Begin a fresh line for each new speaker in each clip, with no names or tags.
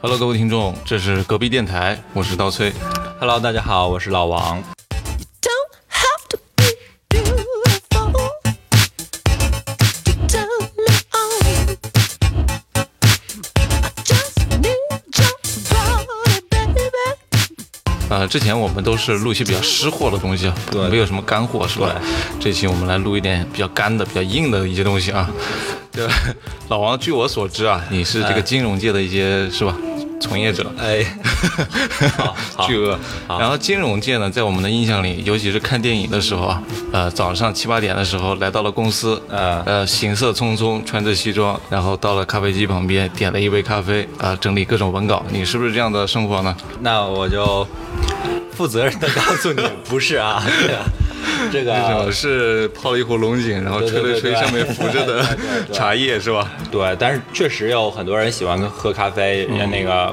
Hello，各位听众，这是隔壁电台，我是刀崔。
Hello，大家好，我是老王。
don't have to be beautiful to turn me on. I just need your body, baby.
呃，之前我们都是录一些比较湿货的东西啊，
对
没有什么干货是吧？这期我们来录一点比较干的、比较硬的一些东西啊。对吧， 老王，据我所知啊，你是这个金融界的一些、是吧从业者？
哎， 好
巨鳄。然后金融界呢，在我们的印象里，尤其是看电影的时候啊，呃，早上七八点的时候来到了公司，
啊
呃，行色匆匆，穿着西装，然后到了咖啡机旁边，点了一杯咖啡，啊、整理各种文稿。你是不是这样的生活呢？
那我就负责任的告诉你，不是啊， 对啊这
我
个
啊是泡了一壶龙井，然后
对
吹
对
了
对
吹
对
上面浮着 的
对对对
茶叶，是吧？
对，但是确实有很多人喜欢喝咖啡，那个。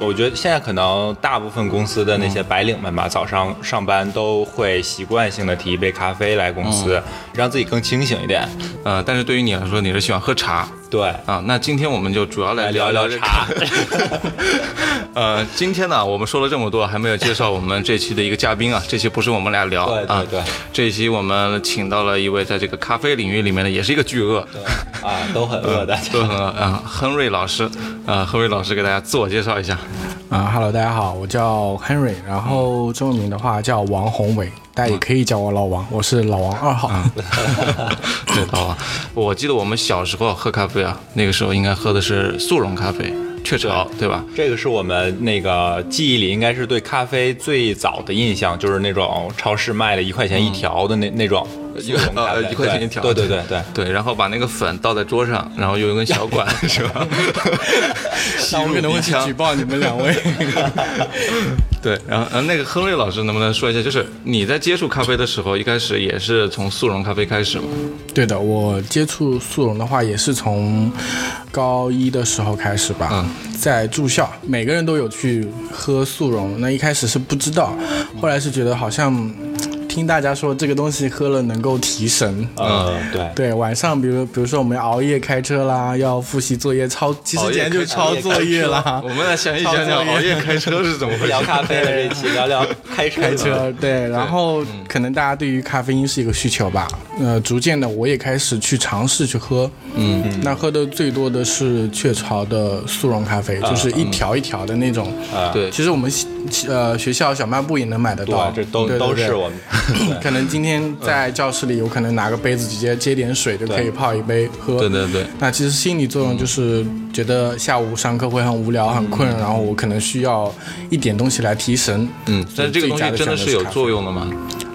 我觉得现在可能大部分公司的那些白领们吧，早上上班都会习惯性的提一杯咖啡来公司，让自己更清醒一点。
呃，但是对于你来说，你是喜欢喝茶
对，
啊。那今天我们就主要来
来聊
聊
聊
这个
茶。
呃，今天呢，我们说了这么多，还没有介绍我们这期的一个嘉宾啊。这期不是我们俩聊，
对对对
啊，这一期我们请到了一位在这个咖啡领域里面的，也是一个巨鳄，
啊，都很饿的。
都很饿啊，亨瑞老师。啊，亨瑞老师给大家自我介绍一 下。
啊哈喽，大家好，我叫 Henry，然后中文名的话叫王宏伟，大家也可以叫我老王，我是老王二号。
啊对，老王，啊我记得我们小时候喝咖啡啊，那个时候应该喝的是速溶咖啡，雀巢，对吧？
这个是我们那个记忆里应该是对咖啡最早的印象，就是那种超市卖的一块钱一条的那、那种速溶咖啡，
呃一块钱一条
对对对对。
对，然后把那个粉倒在桌上，然后用一根小管，是吧？
那我可能会去举报你们两位。
对，然后呃，那个亨瑞老师能不能说一下，就是你在接触咖啡的时候，一开始也是从速溶咖啡开始吗？
对的，我接触速溶的话也是从高一的时候开始吧，
啊
在住校，每个人都有去喝速溶。那一开始是不知道，后来是觉得好像嗯听大家说这个东西喝了能够提神。
啊
嗯，对，
对，晚上比如比如说我们要熬夜开车啦，要复习作业抄，其实
熬夜
简直就是
开
抄作业啦。
我们来详细讲讲熬夜开车是怎么回事
聊。咖啡了这期，聊聊开车。
开 车，嗯对，然后可能大家对于咖啡因是一个需求吧，呃，逐渐的我也开始去尝试去喝，嗯，那喝的最多的是雀巢的速溶咖啡，就是一条一条的那种，
对
其实我们西呃学校小卖部也能买得
对
啊
到，，
这都
对
都
对
是
对
我们。
可能今天在教室里，有可能拿个杯子直接接点水就可以泡一杯喝。
对对对
那其实心理作用就是觉得下午上课会很无聊、很困，然后我可能需要一点东西来提神。
嗯，但是这个东
最佳
西
的
真的
选择
是有
咖啡
作用的吗？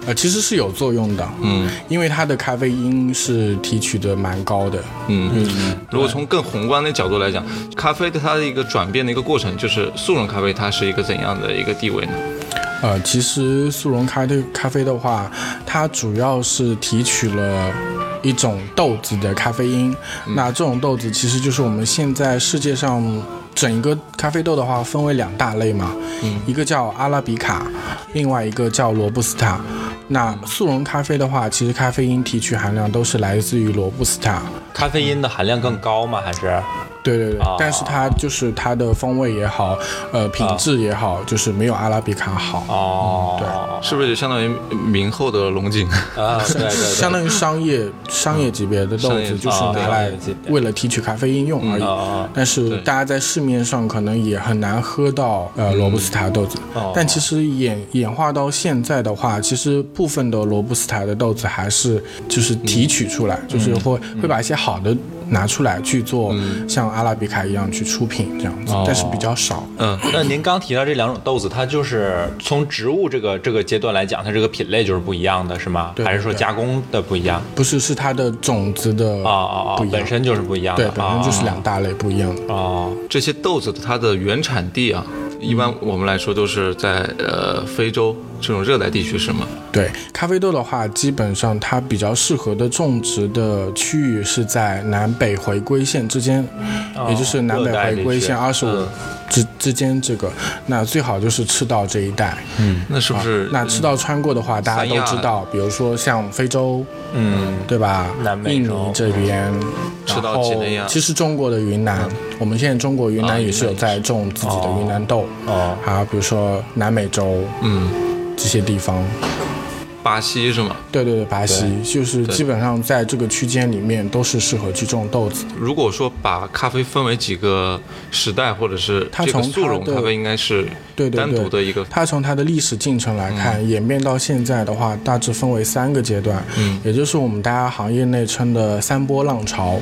呃，其实是有作用的，嗯，因为它的咖啡因是提取的蛮高的，
嗯，如果从更宏观的角度来讲，咖啡对它的一个转变的一个过程，就是速溶咖啡它是一个怎样的一个地位呢？
呃，其实速溶咖啡咖啡的话，它主要是提取了。一种豆子的咖啡因，那这种豆子其实就是我们现在世界上整个咖啡豆的话分为两大类嘛，一个叫阿拉比卡，另外一个叫罗布斯塔。那速溶咖啡的话，其实咖啡因提取含量都是来自于罗布斯塔。
咖啡因的含量更高吗？还是
对对对，
啊
但是它就是它的风味也好，呃，品质也好，就是没有阿拉比卡好，嗯
哦，
是不是就相当于明后的龙井？
对啊，对对对，
相当于商业商业级别的豆
商业
子，就是
啊
拿
商
来
业级别
为了提取咖啡因用而已。
啊
但是大家在市面上可能也很难喝到呃罗布斯塔豆子，
哦
但其实演演化到现在的话，其实部分的罗布斯塔的豆子还是就是提取出来，
嗯
就是会、会把一些好的拿出来去做
嗯
像阿拉比卡一样去出品这样
哦
子，但是比较少。
嗯，
那您刚提到这两种豆子，它就是从植物这个这个阶段来讲，它这个品类就是不一样的，是吗？
对
还是说
对
加工的不一样？
不是，是它的种子的
哦哦
不
哦
一，样，
本身就是不一样的，
对，本身
啊
就是两大类不一样的。
哦
这些豆子它的原产地啊，一般我们来说都是在呃非洲这种热带地区是吗？
对，咖啡豆的话，基本上它比较适合的种植的区域是在南北回归线之间，也就是南北回归线
嗯哦热带
二
地
十
区嗯
五之之间这个。那最好就是赤道这一带。嗯，
那是不是？
那赤道穿过的话，大家
三
都
亚
知道，比如说像非洲，
嗯，
对吧？
南美
印
洲嗯
尼这边，
赤道
然后
几内亚
其实中国的云南，我们现在中国云
啊
南也
云
是有
南
在种自己的云南豆，
哦
还有比如说南美洲
嗯，
这些地方。
巴西是吗？
对对对，巴西就是基本上在这个区间里面都是适合去种豆子的。
如果说把咖啡分为几个时代，或者是
它
这个
从
速
它
溶
的
咖啡，应该是
对对
单独
对，
的一个
它从它的历史进程来看，演变到现在的话，大致分为三个阶段，嗯，也就是我们大家行业内称的三波浪潮。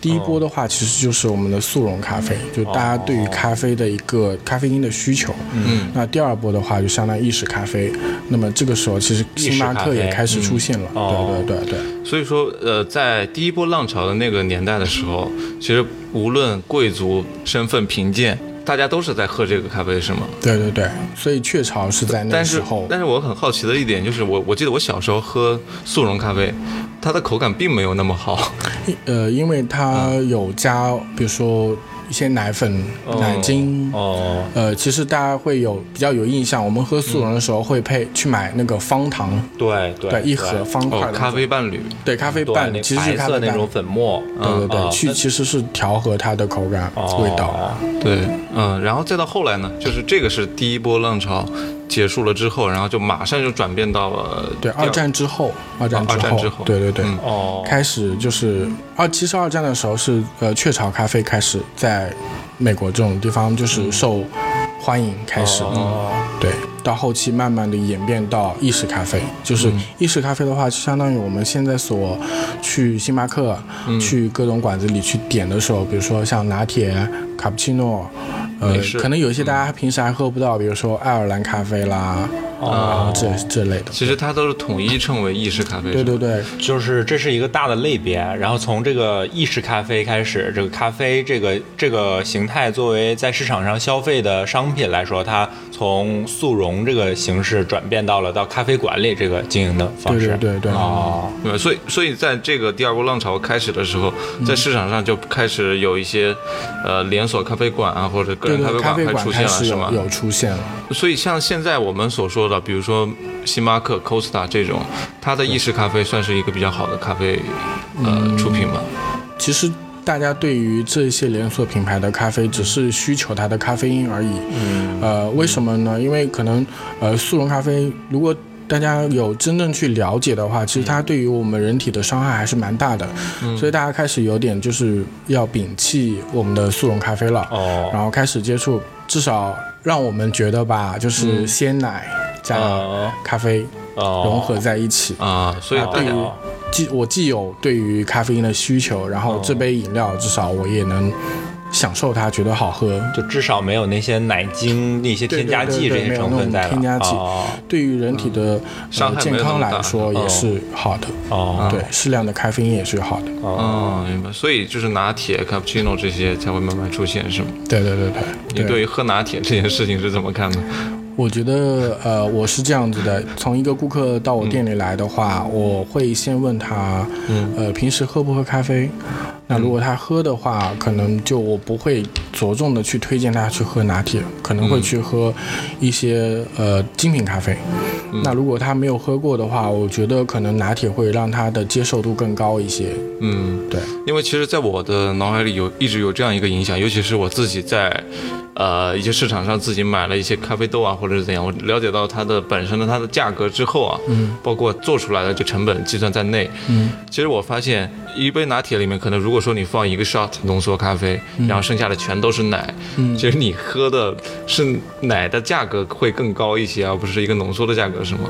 第一波的话，其实就是我们的速溶咖啡，就大家对于咖啡的一个咖啡因的需求。嗯，那第二波的话，就相当于意式咖啡。那么这个时候，其实
意式
星巴
咖
克也
啡
开始出现了。
哦
对对对对。
所以说，呃，在第一波浪潮的那个年代的时候，其实无论贵族身份贫贱，大家都是在喝这个咖啡，是吗？
对对对，所以雀巢是在那
但
时
是
候，，
但是我很好奇的一点就是我，我记得我小时候喝速溶咖啡，它的口感并没有那么 好。
呃，因为
啊
它有加，比如说一些奶粉、奶精。
哦，
呃，其实大家会有比较有印象，我们喝速溶的时候会配、去买那个方糖，
对嗯对
对，一盒方块
哦
的，
咖啡伴侣，
对咖啡
对
伴
那
侣，其实是
白
咖啡
色
伴
那种粉末，
对对对，
嗯
去其实是调和它的口感、味道。。
哦
对，嗯，然后再到后来呢，就是这个是第一波浪潮结束了之后，然后就马上就转变到了
对，
第二
二战之后，二战
二战之后
对对对，
嗯
哦，
开始就是二，其实二战的时候是呃雀巢咖啡开始在美国这种地方就是受欢迎开始，
嗯
嗯
哦，
对，到后期慢慢的演变到意式咖
嗯
啡，就是意式咖啡的话，就相当于我们现在所去星巴克、
嗯
去各种馆子里去点的时候，比如说像拿铁、卡布奇诺，呃
美式，
可能有一些大家平时还喝不到，比如说爱尔兰咖啡啦，啊、这这类的。
其实它都是统一称为意式咖啡。
对对对，
就是这是一个大的类别，然后从这个意式咖啡开始，这个咖啡这个这个形态作为在市场上消费的商品来说，它从速溶这个形式转变到了到咖啡馆里这个经营的方
对
式。
对对对，
啊
哦，
对，所以所以在这个第二波浪潮开始的时候，
嗯
在市场上就开始有一些，呃，连锁咖啡馆啊，或者个
对
人咖啡
对，咖啡
馆开
馆
出现
开
了，
始
是吗
有？有出现了。
所以像现在我们所说的，比如说星巴克、Costa 这种，它的意式咖啡算是一个比较好的咖啡，呃，出品吗？
其实大家对于这些连锁品牌的咖啡只是需求它的咖啡因而已。嗯，呃，为什么呢？因为可能呃速溶咖啡如果大家有真正去了解的话，其实它对于我们人体的伤害还是蛮大的，
嗯
所以大家开始有点就是要摒弃我们的速溶咖啡了，
哦
然后开始接触，至少让我们觉得吧，就是鲜奶加
嗯哦
咖啡
哦
融合在一起，
啊，所以大
对
家
于既我既有对于咖啡因的需求，然后
嗯
这杯饮料至少我也能享受它，觉得好喝。
就至少没有那些奶精、那些
对
添加剂这
对对对
些成分在了。
没有那种添加剂
哦
对于人体的、
嗯伤
呃、
害
健
没有那
康
么大嗯
来说也是好的，
哦
对，适量的咖啡因也是好的。
哦，明白。所以就是拿铁、cappuccino 这些才会慢慢出现，是吗？
对对对
你
对
对于喝拿铁这件事情是怎么看的？
我觉得呃，我是这样子的，从一个顾客到我店里来的话，我会先问他，呃，平时喝不喝咖啡？那如果他喝的话，可能就我不会着重的去推荐他去喝拿铁，可能会去喝一些、呃精品咖啡。那如果他没有喝过的话，我觉得可能拿铁会让他的接受度更高一些。
嗯，
对，
因为其实，在我的脑海里有一直有这样一个影响，尤其是我自己在，呃，一些市场上自己买了一些咖啡豆啊，或者是怎样，我了解到它的本身的它的价格之后啊，嗯，包括做出来的这成本计算在内，嗯，其实我发现一杯拿铁里面，可能如果说你放一个 shot 浓缩咖啡，然后剩下的全都是奶，嗯，其实你喝的是奶的价格会更高一些，而不是一个浓缩的价格，是吗？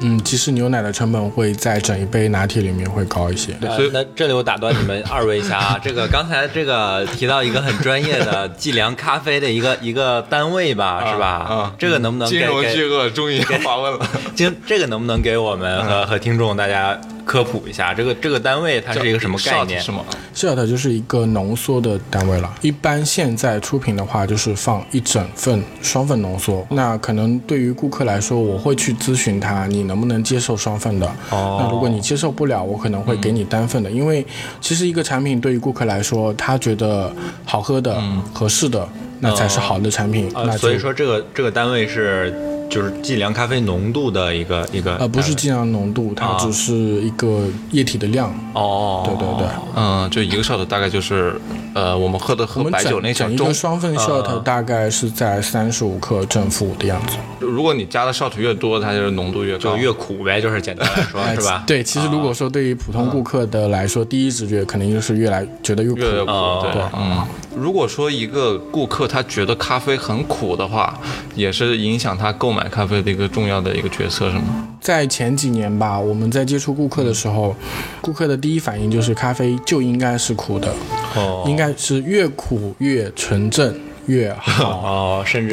嗯，其实牛奶的成本会在整一杯拿铁里面会高一些。
呃那这里我打断你们二位一下 啊，这个刚才这个提到一个很专业的计量咖啡的一个一个单位吧，是吧？
啊
这个能不能
金
给
融巨
给
鳄终于发问了。
嗯
经这个能不能给我们和、和听众大家科普一下，这个这个单位它是一个什么概念？
是吗？
shot 就是一个浓缩的单位了。一般现在出品的话，就是放一整份双份浓缩。那可能对于顾客来说，我会去咨询他，你能不能接受双份的？
哦
那如果你接受不了，我可能会给你单份的，因为其实一个产品对于顾客来说，他觉得好喝的、合适的，那才是好的产品。那
呃，
就
嗯所以说这个这个单位是就是计量咖啡浓度的一个一个单位，啊
呃，不是计量浓度，它只是一个液体的量。
哦，
对对对。
嗯，就一个 shot 大概就是，呃，我们喝的
我
和
们
白酒
整
那
整
种
一
重
个。双份
啊
shot 大概是在三十五克正负的样子。
哦
如果你加的 shot 越多，它就是浓度越高。
就越苦呗，就是简单来说
啊哎
是吧？啊
对，其实如果说对于普通顾客的来说，第一直觉肯定就是越来觉得越苦。
越来越苦。
哦
对
对，
嗯，如果说一个顾客他觉得咖啡很苦的话，也是影响他购买咖啡的一个重要的一个角色，是吗？
在前几年吧，我们在接触顾客的时候，
嗯
顾客的第一反应就是咖啡就应该是苦的，
哦
应该是越苦越纯正越好。
哦，甚至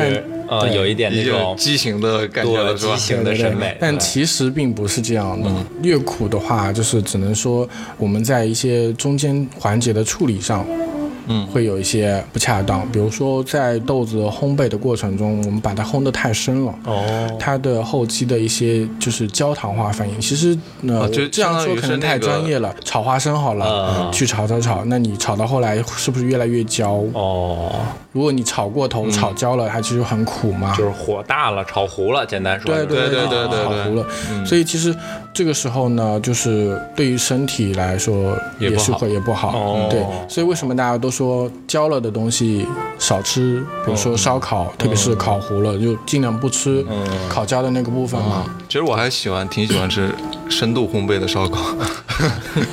但
呃
对
有一点那
也有
种
畸形的感觉
对
了，是吧
畸？形的审美，
但
对
其实并不是这样的。越苦的话，就是只能说我们在一些中间环节的处理上，嗯，会有一些不恰当。比如说在豆子烘焙的过程中，我们把它烘得太深了，
哦
它的后期的一些就是焦糖化反应。其实呃，
啊就
我这
相
样
当于
说可
是
能
那
太
个啊
专业了，炒花生好了，
嗯
去炒炒炒，那你炒到后来是不是越来越焦？
哦，
如果你炒过
嗯
头、炒焦了，它其实很苦嘛。
就是火大了，炒糊了，简单说
对
就是
对对对对嗯
炒糊了。所以其实这个时候呢，就是对于身体来说
也
也
不好
是会也不好。
哦
对，所以为什么大家都说焦了的东西少吃，比如说
哦
烧烤，特别是
嗯
烤糊了，就尽量不吃烤焦的那个部分嘛。
其实我还喜欢，挺喜欢吃深度烘焙的烧烤。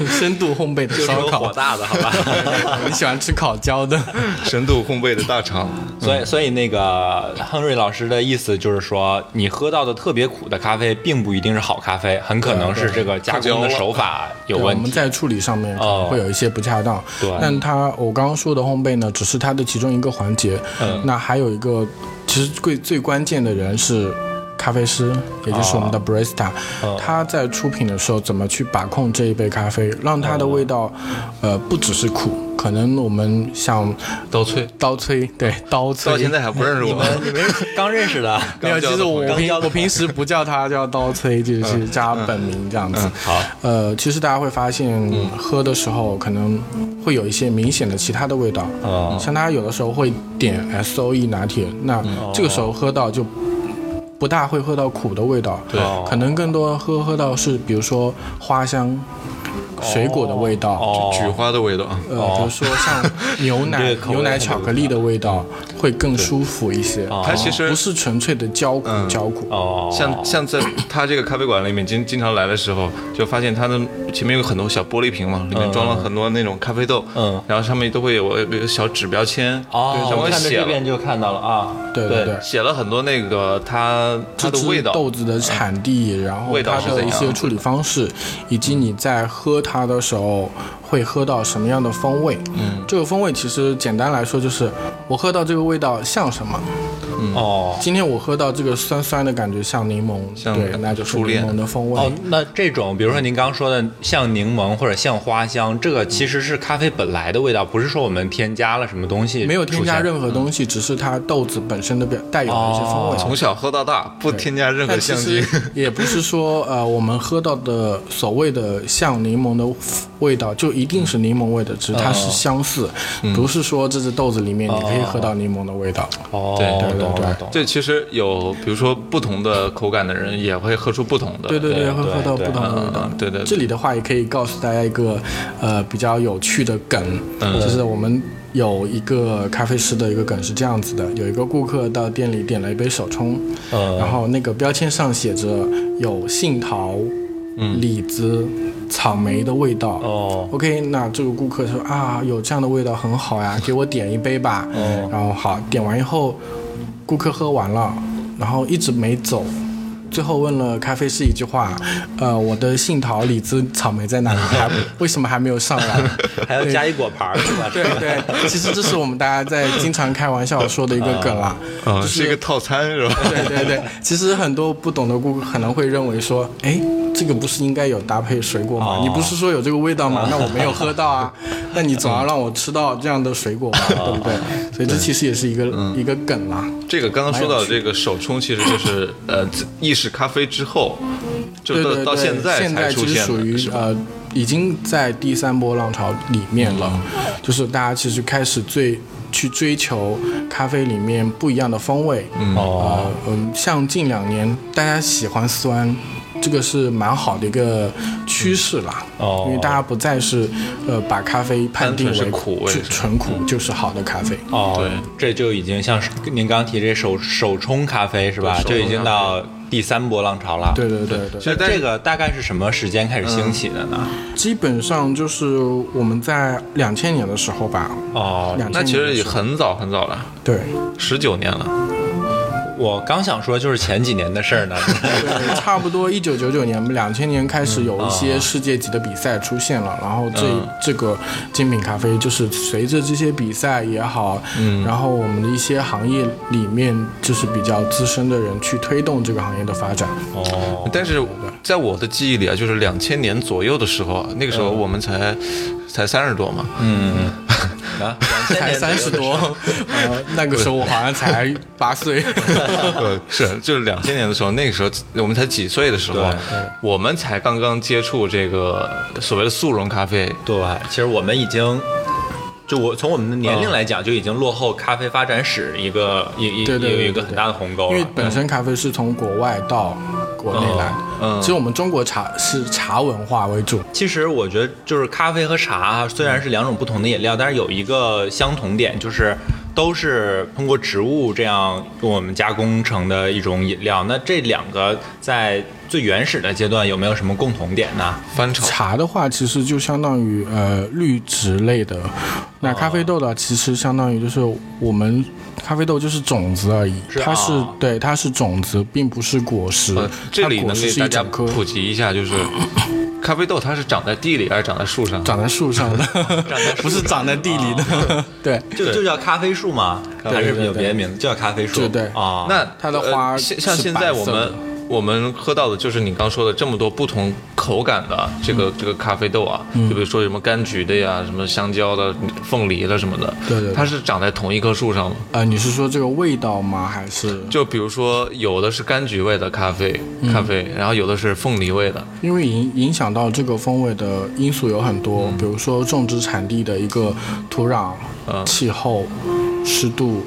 深度烘焙的
就是
烧
有火
烤，
大的好吧？
你喜欢吃烤焦的？
深度烘焙的大肠，
所以，所以那个亨瑞老师的意思就是说，你喝到的特别苦的咖啡，并不一定是好咖啡，很可能是这个加工的手法有
对，我
问
们
题。哦
在处理上面可能会有一些不恰当。
对
但它我刚刚说的烘焙呢，只是它的其中一个环节。
嗯
那还有一个，其实最最关键的人是。咖啡师，也就是
哦
我们的 barista，、他在出品的时候怎么去把控这一杯咖啡，让它的味道，
哦
呃，不只是苦，可能我们像
刀脆，
刀催，对，刀催，
到现在还不认识我。
你们 刚认识 的，
没有，
刚交
其
的
实我
朋
友刚交
我平
的
我平时不叫他叫刀崔，就是加本名这样子。
嗯好，
呃，其实大家会发现，喝的时候可能会有一些明显的其他的味道，
哦嗯
像他有的时候会点 S O E 拿铁，那这个时候喝到就。不大会喝到苦的味道，
对
可能更多喝喝到是比如说花香、水果的味道，
哦，
菊花的味道，
呃，比如说 像
你
牛
这
奶
个、口味
牛奶
很
巧
独
克力的味道会更舒服一些，
它其实嗯
不是纯粹的焦苦焦苦。
哦，
像像在他这个咖啡馆里面，经经常来的时候，就发现他的前面有很多小玻璃瓶嘛，里面装了很多那种咖啡豆，
嗯
然后上面都会有有有小纸标签，
哦，
上
我
面
看着
写
这
了
边就看到了啊，
对
对
对对，
写了很多那个它它
这
的
支
味道，嗯
豆子的产地，然后
味道
它
是
的
怎
一
样
些处理方式，以及你在喝它的时候会喝到什么样的风味。嗯，这个风味其实简单来说就是我喝到这个味道像什么。嗯
哦
今天我喝到这个酸酸的感觉像柠檬，
像
对，那就是
初
柠
恋
檬的风味。
哦，那这种比如说您刚说的像柠檬或者像花香，这个其实是咖啡本来的味道，不是说我们添加了什么东西，
没有添加任何东西，只是它豆子本身的表带有的一些风味。
哦
从小喝到大，不
嗯
添加任何
但其
香精
实。 也不是说呃，我们喝到的所谓的像柠檬的味道就一定是柠檬味的，只是它是相似，
嗯
不是说这只豆子里面你可以喝到柠檬的味道。
哦，
对 对
对
懂了
对
懂了。
这其实有，比如说不同的口感的人也会喝出不同的。
对对
对
会喝到不
对
同的味道。
嗯，对对，
这
里
里的话也可以告诉大家一个呃比较有趣的梗，
嗯
就是我们有一个咖啡师的一个梗是这样子的：有一个顾客到店里点了一杯手冲，
嗯
然后那个标签上写着有杏桃、李子、草莓的味道。
嗯哦
OK，那这个顾客说啊，有这样的味道很好呀，给我点一杯吧。
哦
然后好，点完以后，顾客喝完了，然后一直没走，最后问了咖啡师一句话，呃，我的杏桃、李子、草莓在哪里？还为什么还没有上来？
还要加一果盘儿是吧？
对对，其实这是我们大家在经常开玩笑说的一个梗啦。
啊
就是
一个套餐是吧？
对对对，其实很多不懂的顾客可能会认为说，哎，这个不是应该有搭配水果吗？
哦
你不是说有这个味道吗？那我没有喝到啊，那你总要让我吃到这样的水果嘛，对不对？所以这其实也是一个一个梗啦。
这个刚刚说到这个手冲，其实就是呃自意式咖啡之后，就
对
到
对对，
到现在才出
其实
现
属于
的，是吧？
呃，已经在第三波浪潮里面了，
嗯
就是大家其实开始最去追求咖啡里面不一样的风味。嗯，
哦，
呃，嗯，像近两年大家喜欢酸。这个是蛮好的一个
嗯
趋势啦，
哦
因为大家不再是，呃，把咖啡判定
单纯
为
是苦味
就是
吧嗯
纯苦就是好的咖啡。
哦，这就已经像是您刚提这手手冲咖啡是吧？
对手
就
冲
已经到第三波浪潮了。
对对对对，
那
但是
呃这个大概是什么时间开始兴起的呢？
基本上就是我们在两千年的时候吧，
哦，
两千
那其实也
很
很早很早了，
对，
十九年了，
我刚想说就是前几年的事 儿呢。
对，差不多一九九九年、两千年开始有一些世界级的比赛出现了，然后这、
嗯
这个精品咖啡就是随着这些比赛也好，嗯，然后我们的一些行业里面就是比较资深的人去推动这个行业的发展。
哦，
但是在我的记忆里啊，就是两千年左右的时候啊，那个时候我们才才三十多嘛，
嗯，啊，
才三十多，呃，那个时候我好像才八岁。
呃，是，就是两千年的时候，那个时候我们才几岁的时候
对，
我们才刚刚接触这个所谓的速溶咖啡。
对，其实我们已经，就我从我们的年
嗯
龄来讲，就已经落后咖啡发展史一个一一
对对对
有一个
对
很大的鸿沟
因
了。
为本身咖啡是从国外到国内来的，
嗯嗯
其实我们中国茶是茶文化为主，
其实我觉得，就是咖啡和茶啊虽然是两种不同的饮料，但是有一个相同点，就是都是通过植物这样我们加工成的一种饮料。那这两个在最原始的阶段有没有什么共同点呢？
翻炒，
茶的话，其实就相当于呃绿植类的，那咖啡豆的话其实相当于就是我们咖啡豆就是种子而已，
是啊
它是对它是种子，并不是果实
呃，。这里
它
呢
果实
给
是
大
一
家
整颗
普及一下， 就是咖啡豆它是长在地里还是长在树上？
长在树上的，不是长在地里的， 对。
就就叫咖啡树吗？还是有别的名字？就叫咖啡树。
对对
啊，
那
它的花
呃像像
是
现
白
在我
色的
们我们喝到的就是你刚说的这么多不同口感的这个、
嗯
这个咖啡豆啊，就比如说什么柑橘的呀，什么香蕉的、凤梨的什么的，
对对对
它是长在同一棵树上吗？
呃，你是说这个味道吗？还是
就比如说有的是柑橘味的咖啡，
嗯
咖啡，然后有的是凤梨味的，
因为影影响到这个风味的因素有很多，比如说种植产地的一个土壤、
嗯
气候、湿度，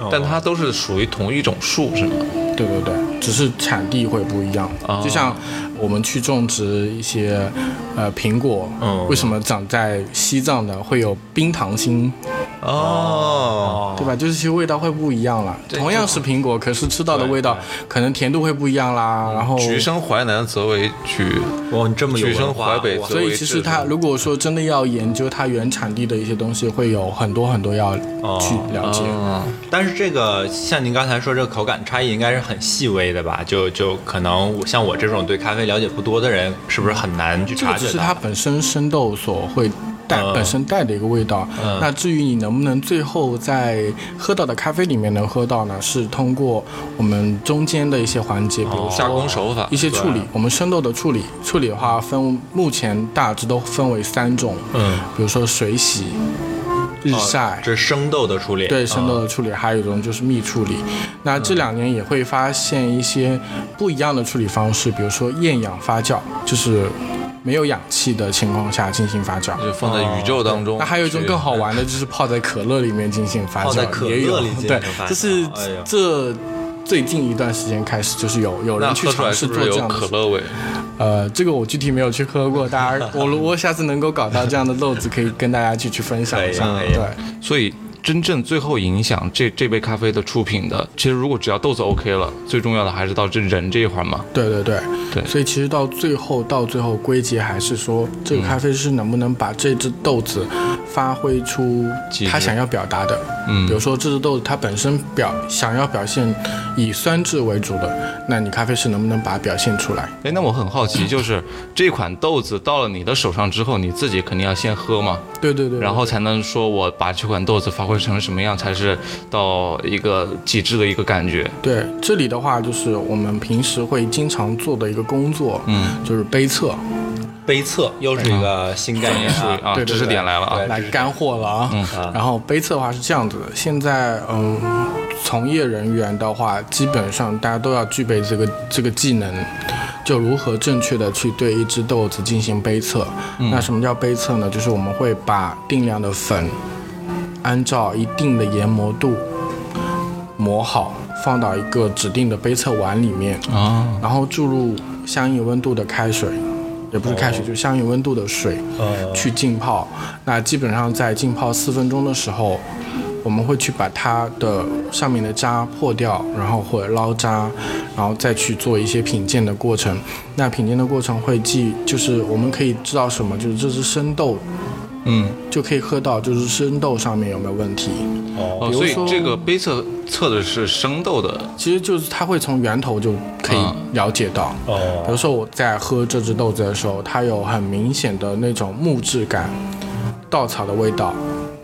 哦
但它都是属于同一种树，是吗？
对对对，只是产地会不一样。
哦
就像我们去种植一些呃苹果，
嗯
为什么长在西藏的会有冰糖心，
哦，
对吧？就是其实味道会不一样啦。同样是苹果，可是吃到的味道可能甜度会不一样啦。然后
嗯橘生淮南则为橘，
哇，哦你这么有
举
文
生
化，
淮北
哇
则
所以其实它如果说真的要研究它原产地的一些东西，会有很多很多要去了解。
嗯，
但是这个像您刚才说这个口感差异应该是很细微的吧？就就可能我像我这种对咖啡了解不多的人，是不是很难去
这个
察
只
觉
是它本身生豆所会带、
嗯
本身带的一个味道。那至于你能不能最后在喝到的咖啡里面能喝到呢？是通过我们中间的一些环节，比如说
加工哦手法
一些处理，我们生豆的处理，处理的话分目前大致都分为三种，
嗯，哦
比如说水洗、日晒。
啊这是生豆的处理，啊
对生豆的处理，还有一种就是蜜处理。那
嗯
这两年也会发现一些不一样的处理方式，比如说厌氧发酵，就是没有氧气的情况下进行发酵。
就放在宇宙当中。
哦那还有一种
去
更好玩的，就是泡在可乐里面进行发酵，
泡在可乐
也有
里进行
对
发，酵
这是
哎呦
这最近一段时间开始，就是有有
那
人去
喝出来
尝
是
试
不
做
是
这
有
样的
可
事。
乐味？
呃，这个我具体没有去喝过，大家我如果下次能够搞到这样的 豆子，可以跟大家去去分享一下。
可以可以
对，
所以真正最后影响这这杯咖啡的出品的，其实如果只要豆子 OK 了，最重要的还是到这人这一环嘛。
对对对，
对
所以其实到最后，到最后归结还是说，这个咖啡师能不能把这只豆子发挥出
极致
他想要表达的。嗯，比如说这只豆子它本身表想要表现以酸质为主的，那你咖啡师能不能把它表现出来？
哎，那我很好奇，就是这款豆子到了你的手上之后，你自己肯定要先喝嘛，
对对对。
然后才能说我把这款豆子发挥成什么样，才是到一个极致的一个感觉。
对，这里的话就是我们平时会经常做的一个工作，嗯，就是杯测，
杯测又是一个新概念啊，
啊，
嗯对对
知识点来了啊嗯
对，
来干货了啊。
啊
然后杯测的话是这样子的，现在嗯，从业人员的话，基本上大家都要具备这个这个技能，就如何正确的去对一只豆子进行杯测。
嗯
那什么叫杯测呢？就是我们会把定量的粉按照一定的研磨度磨好，放到一个指定的杯测碗里面。
啊，
然后注入相应温度的开水，也不是开水，就相应温度的水、去浸泡。那基本上在浸泡四分钟的时候，我们会去把它的上面的渣破掉，然后或者捞渣，然后再去做一些品鉴的过程。那品鉴的过程会记，就是我们可以知道什么，就是这只生豆。
嗯，
就可以喝到，就是生豆上面有没有问题。
哦，
比如
所以
说
这个杯测测的是生豆的，
其实就是它会从源头就可以
嗯
了解到。
哦
比如说我在喝这只豆子的时候，它有很明显的那种木质感、稻草的味道、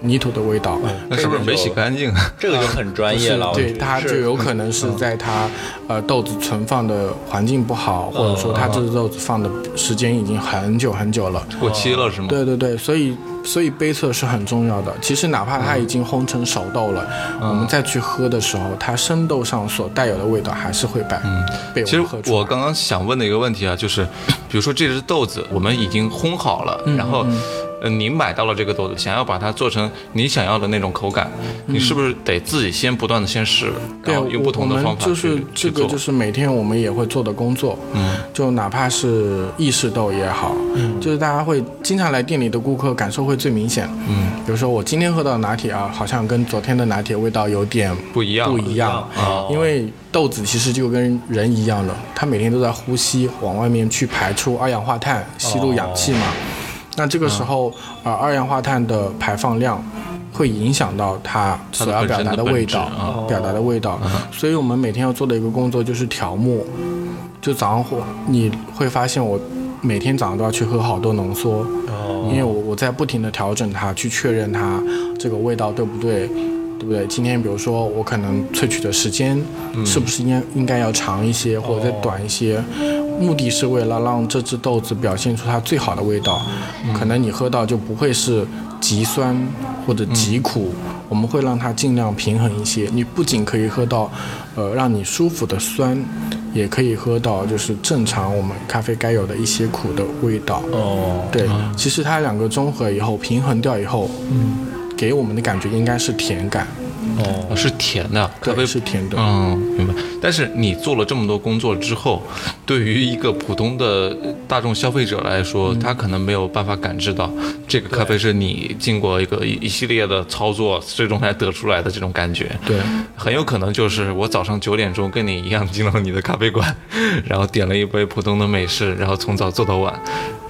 泥土的味道，
那是不是没洗干净？
这个就很专业了，我
啊对
觉得
它就是有可能是在它呃豆子存放的环境不好，或者说它这只豆子放的时间已经很久很久了。
过期了是吗？
哦对对对，所以所以杯测是很重要的。其实哪怕
嗯
它已经烘成熟豆了，我们再去喝的时候，它生豆上所带有的味道还是会被、被
嗯其实
我们喝出来。
我刚刚想问的一个问题啊，就是，比如说这只豆子我们已经烘好了，
嗯
然后，呃，你买到了这个豆子，想要把它做成你想要的那种口感，你是不是得自己先不断的先试，
对，
然后用不同的
我
方
们
法
就是
去
这
去
个
做
就？是每天我们也会做的工作，嗯，就哪怕是意式豆也好，嗯，就是大家会经常来店里的顾客感受会最明显，嗯，比如说我今天喝到的拿铁啊，好像跟昨天的拿铁味道有点
不一样
不一样，啊哦因为豆子其实就跟人一样的，它每天都在呼吸，往外面去排出二氧化碳，吸入氧气嘛。那这个
嗯
时候，呃，二氧化碳的排放量会影响到它所要表达
它的本身的
味道
本质，嗯
表达的味道。所以我们每天要做的一个工作就是调墨，就早上会你会发现我每天早上都要去喝好多浓缩，
哦
因为我我在不停的调整它，去确认它这个味道对不对，对不对？今天比如说我可能萃取的时间
嗯
是不是应该、应该要长一些，或者
哦
再短一些？目的是为了让这只豆子表现出它最好的味道，
嗯
可能你喝到就不会是极酸或者
嗯
极苦，我们会让它尽量平衡一些。你不仅可以喝到，呃，让你舒服的酸，也可以喝到就是正常我们咖啡该有的一些苦的味道。
哦，
对，
啊
其实它两个综合以后平衡掉以后，
嗯
给我们的感觉应该是甜感，
哦是甜的，咖啡
对，是甜的。
嗯，明白。但是你做了这么多工作之后，对于一个普通的呃大众消费者来说，他可能没有办法感知到这个咖啡是你经过一个一一系列的操作，最终才得出来的这种感觉。
对，
很有可能就是我早上九点钟跟你一样进了你的咖啡馆， 然后点了一杯普通的美式，然后从早做到晚，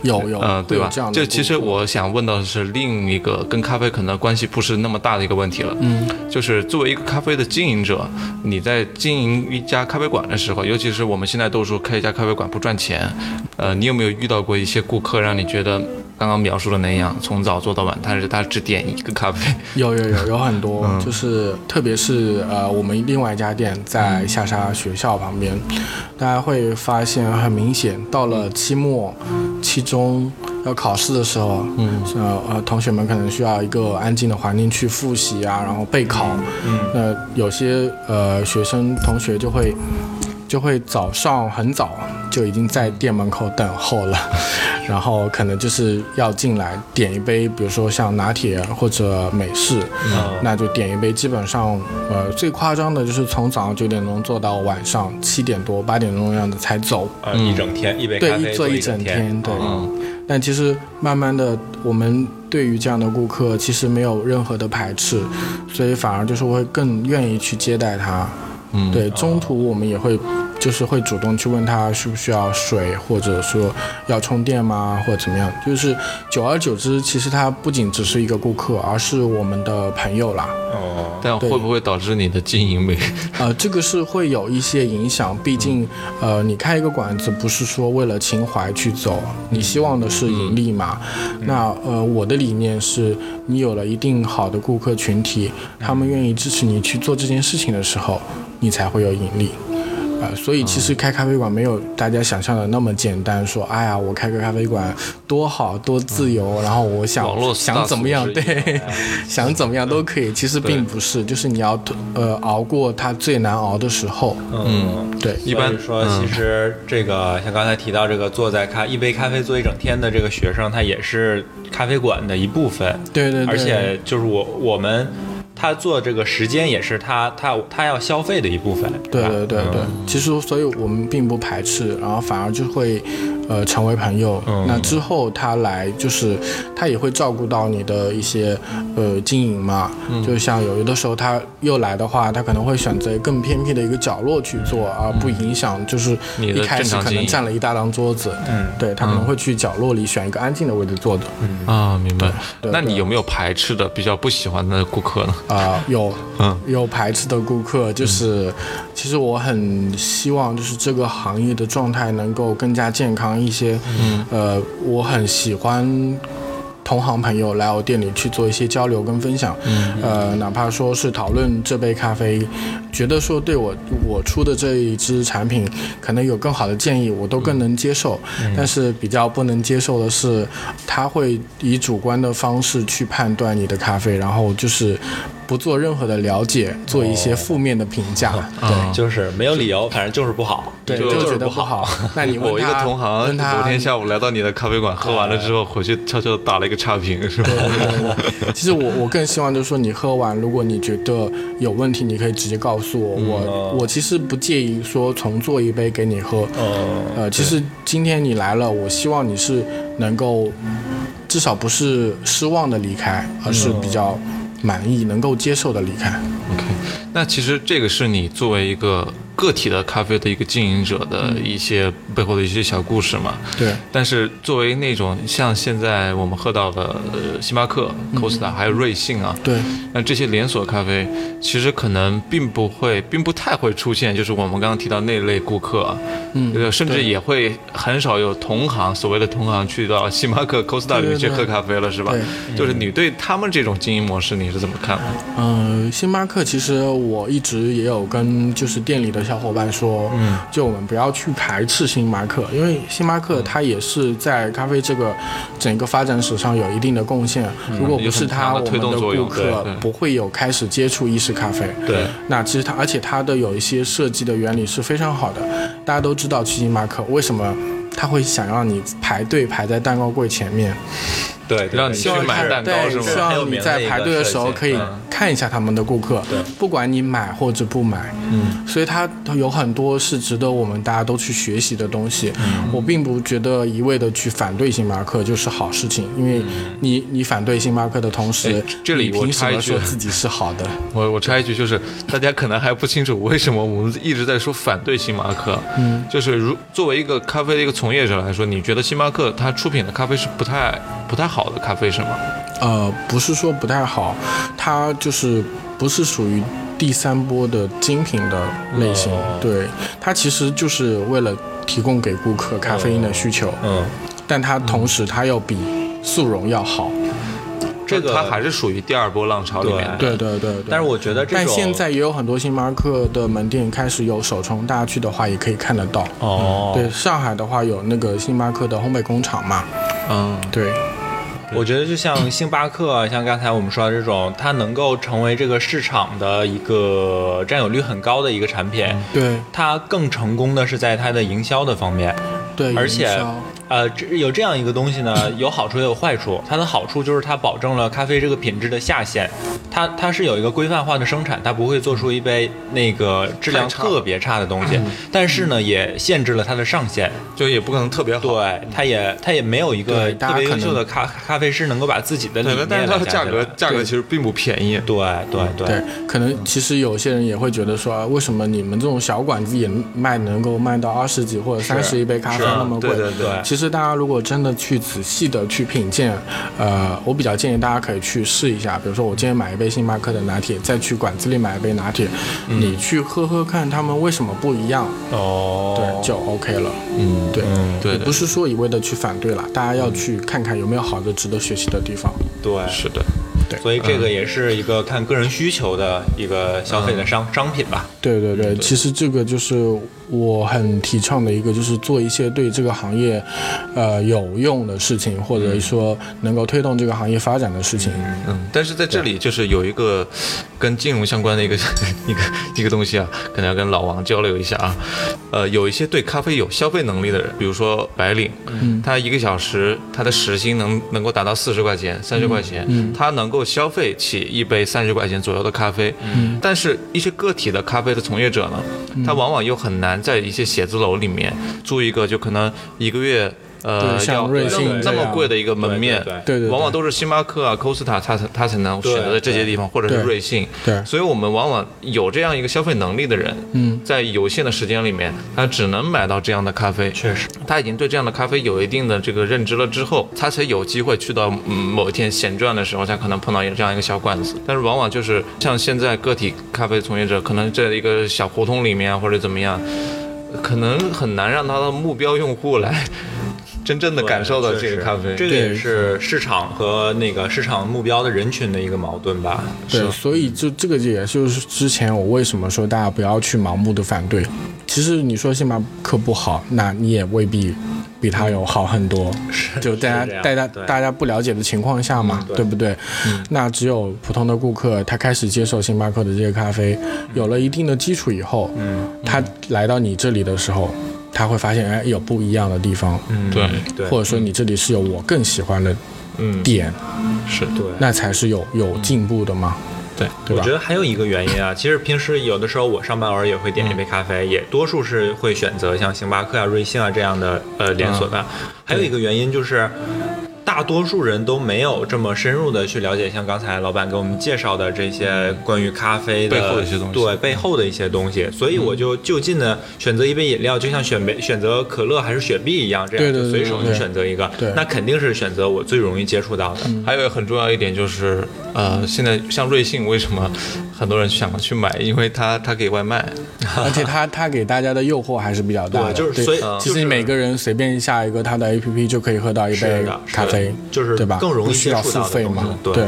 有有，
嗯，对
会有
吧
这样？的
这
部分，
其实我想问到的是另一个跟咖啡可能关系不是那么大的一个问题了。嗯，就是作为一个咖啡的经营者，你在经营一家咖啡馆的时候，尤其是我们现在都说开一家咖啡馆不赚钱，呃，你有没有遇到过一些顾客让你觉得刚刚描述的那样，从早做到晚，但是他只点一个咖啡？
有有有有很多，就是特别是呃，我们另外一家店在下沙学校旁边，大家会发现很明显，到了期末、期中要考试的时候，嗯，呃呃，同学们可能需要一个安静的环境去复习啊，然后备考，嗯，那有些呃学生同学就会就会早上很早就已经在店门口等候了， 然后可能就是要进来点一杯，比如说像拿铁或者美式，那就点一杯。基本上，呃，最夸张的就是从早上九点钟做到晚上七点多八点钟的样子才走。
呃
嗯
一整天一杯
对
咖，啡
坐
一
整
天，嗯
对。但其实慢慢的，我们对于这样的顾客其实没有任何的排斥，所以反而就是会更愿意去接待他。嗯，对，中途我们也会。就是会主动去问他需不需要水，或者说要充电吗，或者怎么样。就是久而久之，其实他不仅只是一个顾客，而是我们的朋友啦。
哦，
但会不会导致你的经营没？
呃，这个是会有一些影响，毕竟，呃，你开一个馆子不是说为了情怀去走，你希望的是盈利嘛。那呃，我的理念是，你有了一定好的顾客群体，他们愿意支持你去做这件事情的时候，你才会有盈利。呃，所以其实
嗯
开咖啡馆没有大家想象的那么简单，说哎呀，我开个咖啡馆多好多自由，然后我想
嗯网络四大
想怎么样，
组织哎
对， 想怎么样都可以。其实并不是，就是你要呃熬过它最难熬的时候，
嗯。
对，
一般嗯
所以说，其实这个像刚才提到这个坐在咖一杯咖啡坐一整天的这个学生，他也是咖啡馆的一部分。
对对对，
而且就是我我们他做这个时间也是他他他要消费的一部分。
对
啊
吧
对对
嗯
对，其实所以我们并不排斥，然后反而就会，呃，成为朋友。
嗯
那之后他来就是他也会照顾到你的一些呃经营嘛，
嗯
就像有的时候他又来的话，他可能会选择更偏僻的一个角落去做，而不影响就是
嗯你的
一开
正
始
常
可
经
能
营
占了一大张桌子，
嗯
对他可能会去角落里选一个安静的位置坐着。
啊，明白。
对
那
对
你有没有排斥的、比较不喜欢的顾客呢？
啊、有，
嗯
有排斥的顾客，就是，其实我很希望就是这个行业的状态能够更加健康一些，嗯，呃，我很喜欢。同行朋友来我店里去做一些交流跟分享，嗯、呃，哪怕说是讨论这杯咖啡，觉得说对我我出的这一支产品可能有更好的建议，我都更能接受。但是比较不能接受的是，他会以主观的方式去判断你的咖啡，然后就是不做任何的了解，做一些负面的评价。
啊
就是没有理由，反正就是不好。
对，
就
就觉
是
得
不
不好。那你问
我一个
他
同行
问他嗯
昨天下午来到你的咖啡馆，喝完了之后回去悄悄打了一个差评，是吧？
其实我我更希望就是说，你喝完，如果你觉得有问题，你可以直接告诉我。我我其实不介意说重做一杯给你喝。
嗯，
呃，其实今天你来了，我希望你是能够至少不是失望的离开，而是比较满意、能够接受的离开。
OK，那其实这个是你作为一个个体的咖啡的一个经营者的一些背后的一些小故事嘛。
对。
但是作为那种像现在我们喝到的呃星巴克、Costa 还有瑞幸啊，
嗯对，
那这些连锁咖啡其实可能并不会，并不太会出现，就是我们刚刚提到那类顾客啊，
嗯
呃甚至
对
也会很少有同行，所谓的同行去到星巴克、Costa 里面去
对对对
喝咖啡了，是吧？
对
就是你对他们这种经营模式你是怎么看的？
嗯，星巴克其实我一直也有跟就是店里的小伙伴说，嗯，就我们不要去排斥星巴克，因为星巴
嗯
克它也是在咖啡这个整个发展史上有一定的贡献。如果不是
嗯
它，
有
我
很强的
们
推动
的
作用
顾客
对对嗯
不会有开始接触意式咖啡。
对，
那其实它，而且它的有一些设计的原理是非常好的。大家都知道去星巴克为什么它会想让你排队排在蛋糕柜前面，
对，对
让你
对
去
就是
买蛋糕
对，
是吗
希望你在排队的时候可以
嗯
看一下他们的顾客，
嗯对
不管你买或者不买，嗯，所以它有很多是值得我们大家都去学习的东西。我并不觉得一味的去反对星巴克就是好事情，因为你你反对星巴克的同时
哎，这里
你
我
凭什
插一
么
句
说自己是好的？
我我插一句，就是大家可能还不清楚为什么我们一直在说反对星巴克。嗯，就是如作为一个咖啡的一个从业者来说，你觉得星巴克它出品的咖啡是不太不太好的咖啡是吗？
呃，不是说不太好，它就是不是属于第三波的精品的类型，
哦
对，它其实就是为了提供给顾客咖啡因的需求，
嗯，
但它同时它又比速溶要好，
嗯这个
它还是属于第二波浪潮里面的。
对对对对。
但是我觉得这种，
但现在也有很多星巴克的门店开始有手冲，大家去的话也可以看得到。
哦，
对，上海的话有那个星巴克的烘焙工厂嘛，
嗯，
对，
我觉得就像星巴 克啊，像刚才我们说的这种，它能够成为这个市场的一个占有率很高的一个产品，
对
它更成功的是在它的营销的方面，
对，
而
嗯营
且
销
呃，这有这样一个东西呢，有好处也有坏处。它的好处就是它保证了咖啡这个品质的下限，它它是有一个规范化的生产，它不会做出一杯那个质量
太差
特别差的东
嗯
西。但是呢，也限制了它的上限。
就也不可能特嗯别好。
对，它也它也没有一个
对大
特
家
别
可
优
能
秀的咖咖啡师能够把自己的理
对，
念
但是它的
来加
价
进
格
来
价格其实并不便宜。
对对
对，可能其实有些人也会觉得说，啊为什么你们这种小馆子也卖能够卖到二十几或者三十一杯咖啡
是啊
那么贵？
对对
对
其实大家如果真的去仔细的去品鉴，呃，我比较建议大家可以去试一下。比如说，我今天买一杯星巴克的拿铁，再去馆子里买一杯拿铁，
嗯
你去喝喝看他们为什么不一样，
哦，
对，就 OK 了。
嗯
对
嗯
对
也
的
不，是说一味的去反对了，大家要去看看有没有好的值得学习的地方。
对
是的，
所以
嗯
这个也是一个看个人需求的一个消费的
嗯
商、商品吧。
对对对，其实这个就是我很提倡的一个，就是做一些对这个行业，呃，有用的事情，或者说能够推动这个行业发展的事情。
嗯，但是在这里就是有一个跟金融相关的一个 一个一个东西啊，可能要跟老王交流一下啊。呃，有一些对咖啡有消费能力的人，比如说白领，
嗯
他一个小时他的时薪能能够达到四十块钱、三十块钱，
嗯
他能够消费起一杯三十块钱左右的咖啡。
嗯
但是，一些个体的咖啡的从业者呢，他往往又很难在一些写字楼里面租一个，就可能一个月。呃，
对像
要
瑞
那
幸
么
这
那么
样
贵的一个门
对对
面，
对
对对，
往往都是星巴克啊、Costa，它才它才能选择在这些地方，或者是
对
瑞幸。
对
所以我们往往有这样一个消费能力的人，
嗯，
在有限的时间里面，他只能买到这样的咖啡。
确实，
他已经对这样的咖啡有一定的这个认知了之后，他才有机会去到嗯某一天闲转的时候，他可能碰到这样一个小馆子。但是往往就是像现在个体咖啡从业者，可能在一个小胡同里面啊或者怎么样，可能很难让他的目标用户来真正的感受到这
确
个
实
咖啡。
这个也
对
是市场和那个市场目标的人群的一个矛盾吧。
对，所
嗯
以就这个也就是之前我为什么说大家不要去盲目的反对。其实你说星巴克不好，那你也未必比它有好很多。
是
就大
是这
家
样
大家
对
大家不了解的情况下嘛，
嗯对
对不对？那只有普通的顾客，他开始接受星巴克的这个咖啡，有了一定的基础以后，
嗯
他来到你这里的时候，他会发现哎有不一样的地方，
嗯
对
对
或者说你这里是有我更喜欢的
嗯，
点，
是的。
对。
那才是有有进步的嘛，
对
对
我
吧
觉？得还有一个原 因啊，其实平时有的时候我上班偶尔也会点一
嗯
杯咖啡，也多数是会选择像星巴克啊、瑞幸啊这样的呃连锁的。
嗯
还有一个原因就是。大多数人都没有这么深入的去了解，像刚才老板给我们介绍的这些关于咖啡的
背后的一些东西
对背后的一些东
嗯
西，所以我就就近的选择一杯饮料，就像选杯选择可乐还是雪碧一样，这样
对对
就
对
随手
对
就
对
选择一个
对，嗯
那肯定是选择我最容易接触到的。
还有很重要一点就是，呃，现在像瑞幸，为什么很多人想要去买？因为它它给外卖，
而且他他给大家的诱惑还是比较大
对
的，
就是
对
所以
其
就是
实每个人随便下一个他的 A P P 就可以喝到一
是
杯
的是的
咖啡，
就是
对吧？
更容易
不需要
接触到
付
的
费
东
嘛
西，对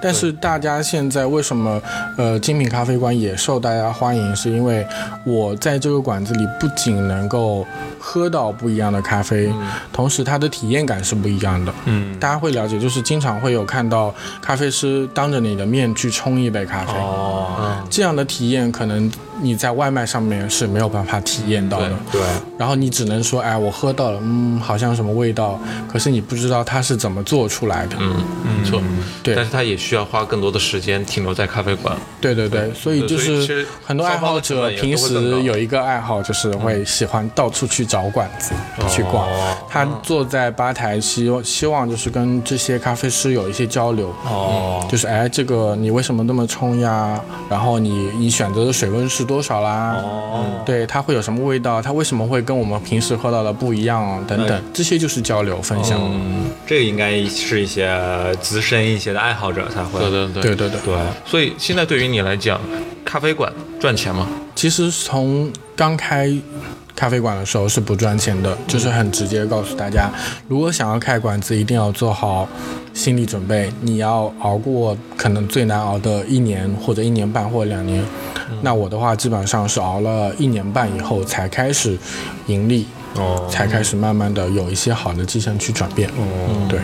但是大家现在为什么呃精品咖啡馆也受大家欢迎？是因为我在这个馆子里不仅能够喝到不一样的咖啡，同时它的体验感是不一样的。
嗯，
大家会了解，就是经常会有看到咖啡师当着你的面去冲一杯咖啡，
哦，
这样的体验可能你在外卖上面是没有办法体验到的。
对，
然后你只能说，哎，我喝到了，嗯，好像什么味道，可是你不知道它是怎么做出来的。
嗯，没错，
对
但是它也需要花更多的时间停留在咖啡馆，
对对对，所以就
对所以其实
是很多爱好者平时有一个爱好，就是
嗯
会喜欢到处去找馆子去逛。
哦
他坐在吧台，希望希望就是跟这些咖啡师有一些交流。
哦，
就是哎，这个你为什么那么冲呀？然后你你选择的水温是多少啦？
哦，
对，它会有什么味道？它为什么会跟我们平时喝到的不一样啊？等等，这些就是交流分享。
嗯，这个应该是一些资深一些的爱好者才会。
对对对。
对对对。
对
所以现在对于你来讲，咖啡馆赚钱吗？
其实从刚开咖啡馆的时候是不赚钱的，就是很直接告诉大家，如果想要开馆子，一定要做好心理准备，你要熬过可能最难熬的一年或者一年半或者两年。
嗯
那我的话，基本上是熬了一年半以后才开始盈利，
哦
才开始慢慢的有一些好的迹象去转变。
哦
对，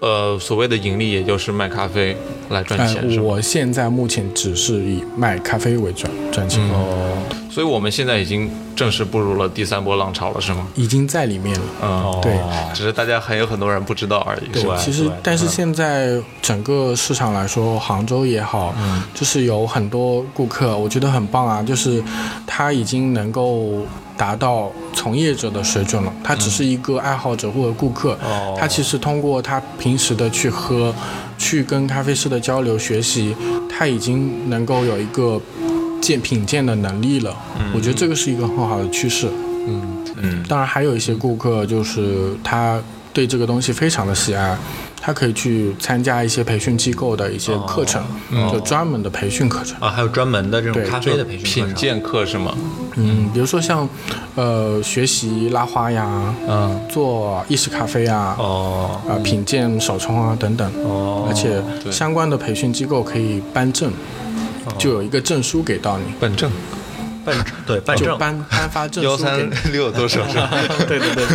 呃，所谓的盈利，也就是卖咖啡来赚钱，
但
是吧？
我现在目前只是以卖咖啡为赚赚钱。
嗯
哦，
所以我们现在已经正式步入了第三波浪潮了，是吗？
已经在里面了。
嗯，
对
只是大家还有很多人不知道而已，是吧？嗯
其实
对，
但是现在整个市场来说，杭州也好，
嗯
就是有很多顾客，我觉得很棒啊，就是他已经能够达到从业者的水准了。他
嗯
只是一个爱好者或者顾客，
哦
他其实通过他平时的去喝，去跟咖啡师的交流学习，他已经能够有一个鉴品鉴的能力了。
嗯
我觉得这个是一个很好的趋势。
嗯，
当然还有一些顾客就是他对这个东西非常的喜爱，他可以去参加一些培训机构的一些课程，就专门的培训课程。
啊，还有专门的这种
对
咖啡的培训课
品
程。
鉴课是吗？
嗯，比如说像，呃，学习拉花呀，
嗯，
做意式咖啡啊，啊、
哦
品鉴手冲啊等等。
哦，
而且
对
相关的培训机构可以颁证，就有一个证书给到你，
本正
办对办
就
证
颁颁发证
幺
书 给
三
你。
六多少是吧？
对对对，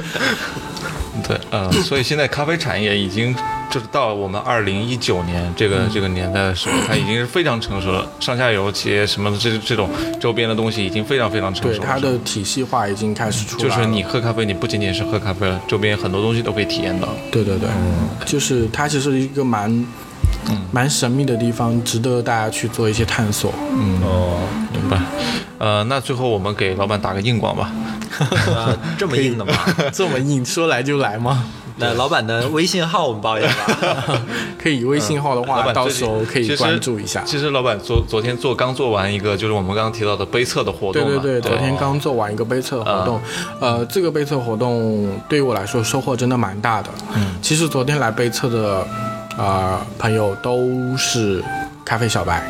对，嗯，所以现在咖啡产业已经就是到我们二零一九年这
嗯
个这个年代的时候，它已经是非常成熟了，上下游企业什么的这这种周边的东西已经非常非常成
对
熟了。
它
是吧
的体系化已经开始出来
就
了。
是你喝咖啡，你不仅仅是喝咖啡了，周边很多东西都可以体验到。
对对对，就是它其实是一个蛮、蛮神秘的地方，值得大家去做一些探索。
哦，
明白。呃，那最后我们给老板打个硬 广吧。
啊这么硬的吗？
这么硬，说来就来吗？
那老板的微信号我们报一下 吧。
可以微信号的
老
话，
板
到
最近
时候可以关注一下
其。实其实老板昨昨天做刚做完一个，就是我们刚刚提到的杯测的活
对
动
对
嘛。
对，昨天刚做完一个杯测活动，呃，这个杯测活动对于我来说收获真的蛮大的。嗯，其实昨天来杯测的呃朋友都是咖啡小白，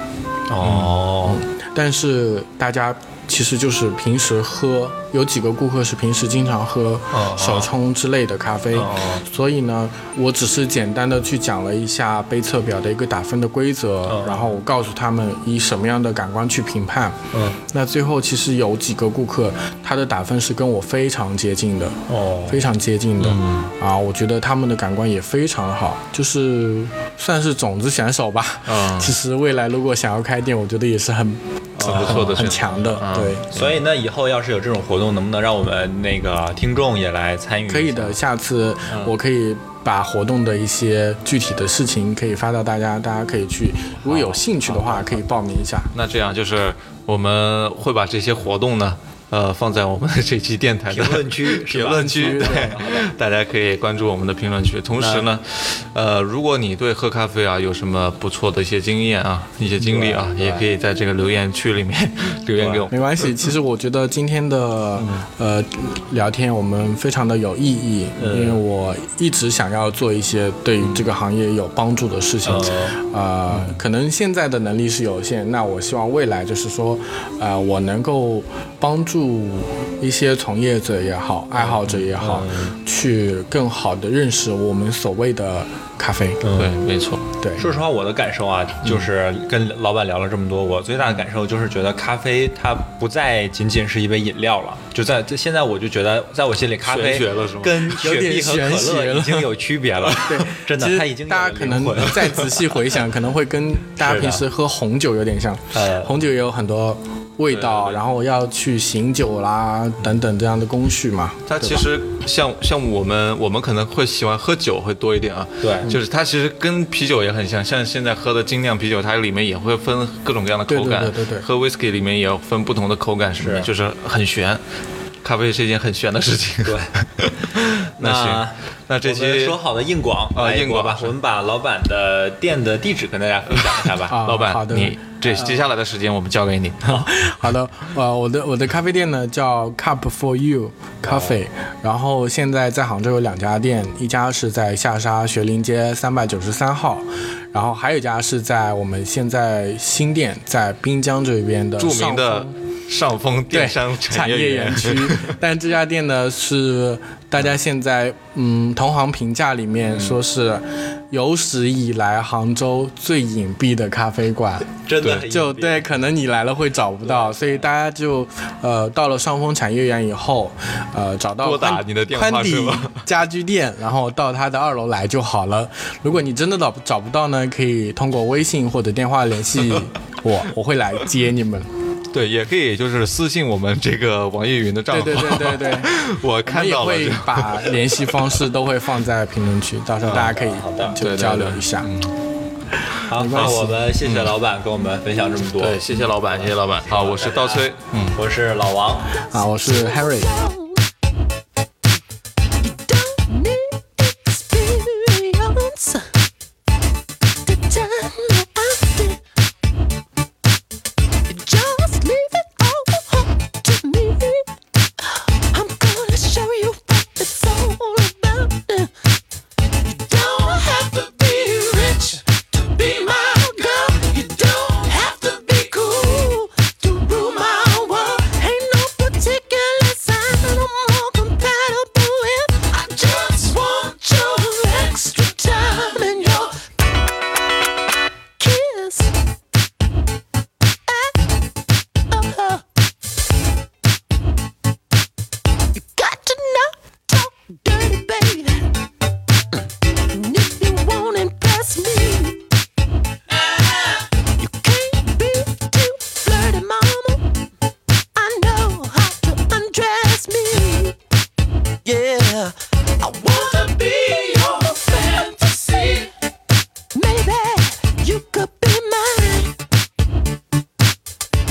哦，
但是大家其实就是平时喝，有几个顾客是平时经常喝
哦
手冲之类的咖啡，
哦
所以呢，我只是简单的去讲了一下杯测表的一个打分的规则，
哦
然后我告诉他们以什么样的感官去评判。
嗯，
那最后其实有几个顾客，他的打分是跟我非常接近的，
哦
非常接近的、
嗯
啊，我觉得他们的感官也非常好，就是算是种子选手吧。
嗯
其实未来如果想要开店，我觉得也是很呃
很不错的选择
很
嗯
强的，对。
所以那以后要是有这种活动，能不能让我们那个听众也来参与？
可以的，。下次
嗯
我可以把活动的一些具体的事情可以发到大家，大家可以去，如果有兴趣的话可以报名一下。
那这样就是我们会把这些活动呢，呃，放在我们的这期电台的
评 论区是
评
吧
论 区，对，大家可以关注我们的评论区。同时呢，呃，如果你对喝咖啡啊有什么不错的一些经验啊、一些经历啊，也可以在这个留言区里 面留言给我们。
没关系，其实我觉得今天的呃聊天我们非常的有意义，因为我一直想要做一些对于这个行业有帮助的事情，呃，可能现在的能力是有限，那我希望未来就是说，呃，我能够帮助一些从业者也好，爱好者也好，去更好的认识我们所谓的咖啡，
对，没错，
对。
说实话，我的感受啊，
嗯
就是跟老板聊了这么多，我最大的感受就是觉得咖啡它不再仅仅是一杯饮料了，就在在现在我就觉得，在我心里咖啡
玄学了是吗
跟雪碧和
有点玄
可
学
乐
了
已经有区别了，对， 真的，
其
它
实
已经有
大
了
家可
灵
能
魂
再仔细回想，可能会跟大家
是的
平时喝红酒有点像
呃，
红酒也有很多味道，
对对对
然后要去醒酒啦等等这样的工序嘛。
它其实像像我们我们可能会喜欢喝酒会多一点啊，
对
就是它其实跟啤酒也很像，像现在喝的精酿啤酒，它里面也会分各种各样的口感，
对对对对对
喝 whisky 里面也要分不同的口感什么的，
是
就是很玄。咖啡是一件很玄的事情。
对，
那行
那，
那这
我们
期
说好的硬广
啊
来一
硬
波
广
吧，
是
我们把老板的店的地址跟大家分享一下吧。
啊
老板
好，的呃
你这接下来的时间我们交给你。
好的，呃，我的我的咖啡店呢叫 Cup for You
哦
Coffee，、然后现在在杭州有两家店，一家是在下沙学林街三百九十三号，然后还有一家是在我们现在新店在滨江这边的
著名
上
的
峰
上峰
对
电商
产
业
业园区。 但这家店呢是大家现在嗯同行评价里
嗯
面说是有史以来杭州最隐蔽的咖啡馆。
真的很
就
隐蔽
对，可能你来了会找不到，所以大家就，呃，到了上峰产业园以后，呃，找到
拨打
宽
你的电话
宽
是
底
吗
家居店， 然后到他的二楼来就好了。如果你真的找找不到呢，可以通过微信或者电话联系我，我会来接你们。
对，也可以就是私信我们这个网易云的账
对
号。
对对对对，
我
我们
看
也
到了
会
这。
把联系方式都会放在评论区，到时候大家可以就
对
交流
对
一下。
嗯
好，那我们谢谢老板跟我们分享这么多。
对，谢谢老板，谢谢老板。好，我是刀崔。
嗯，我是老王。
啊，我是 Harry。
Don't need experience to tell you out there. Just leave it all up to me. I'm gonna show you what it's all about. You don't have to be rich to be my girl. You don't have to be cool to rule my world. Ain't no particular sign that I'm more compatible with. I just want your extra time and your kiss. Ah, ah. You got to not talk dirty, baby. And if you won't impress me, you can't be too flirty, mama. I know how to undress me. Yeah, I wanna be your fantasy. Maybe you could be mine.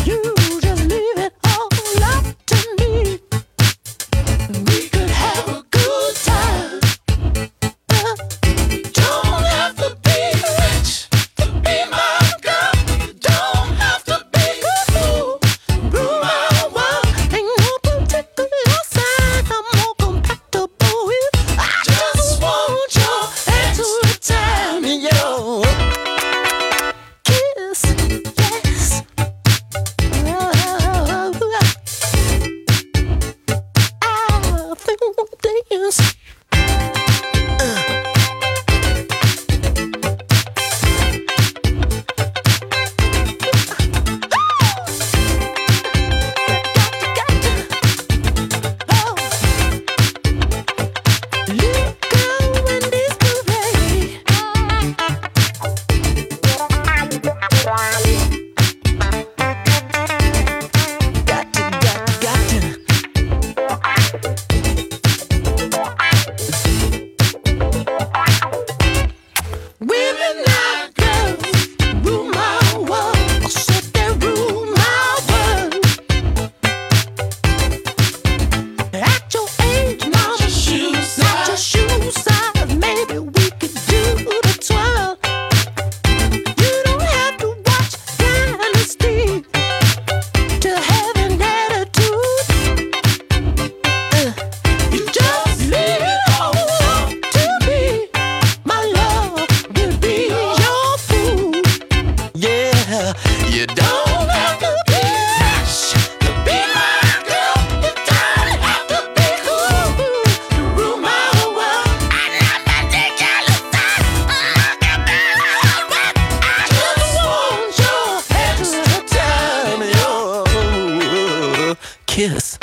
You just leave it all up to me. We could have a good time. Don't have to be rich to be my girl. Don't have to be cool. Rule my world. Ain't no particular sign I'm more compatible with. I just want your extra time and your kiss. Yes. I think we'll dance. Women are girls, rule my world. I said they rule my world. At your age, mama, not your shoe size. Maybe we could do the twirl. You don't have to watch Dynasty to have an attitude. Uh, you just leave it all up to me. My love will be your food. Yeah, you don't have to be rich to be my girl. You don't have to be cool to rule my world. I'm not particular, I'm not compatible with. I just want your extra time, your kiss.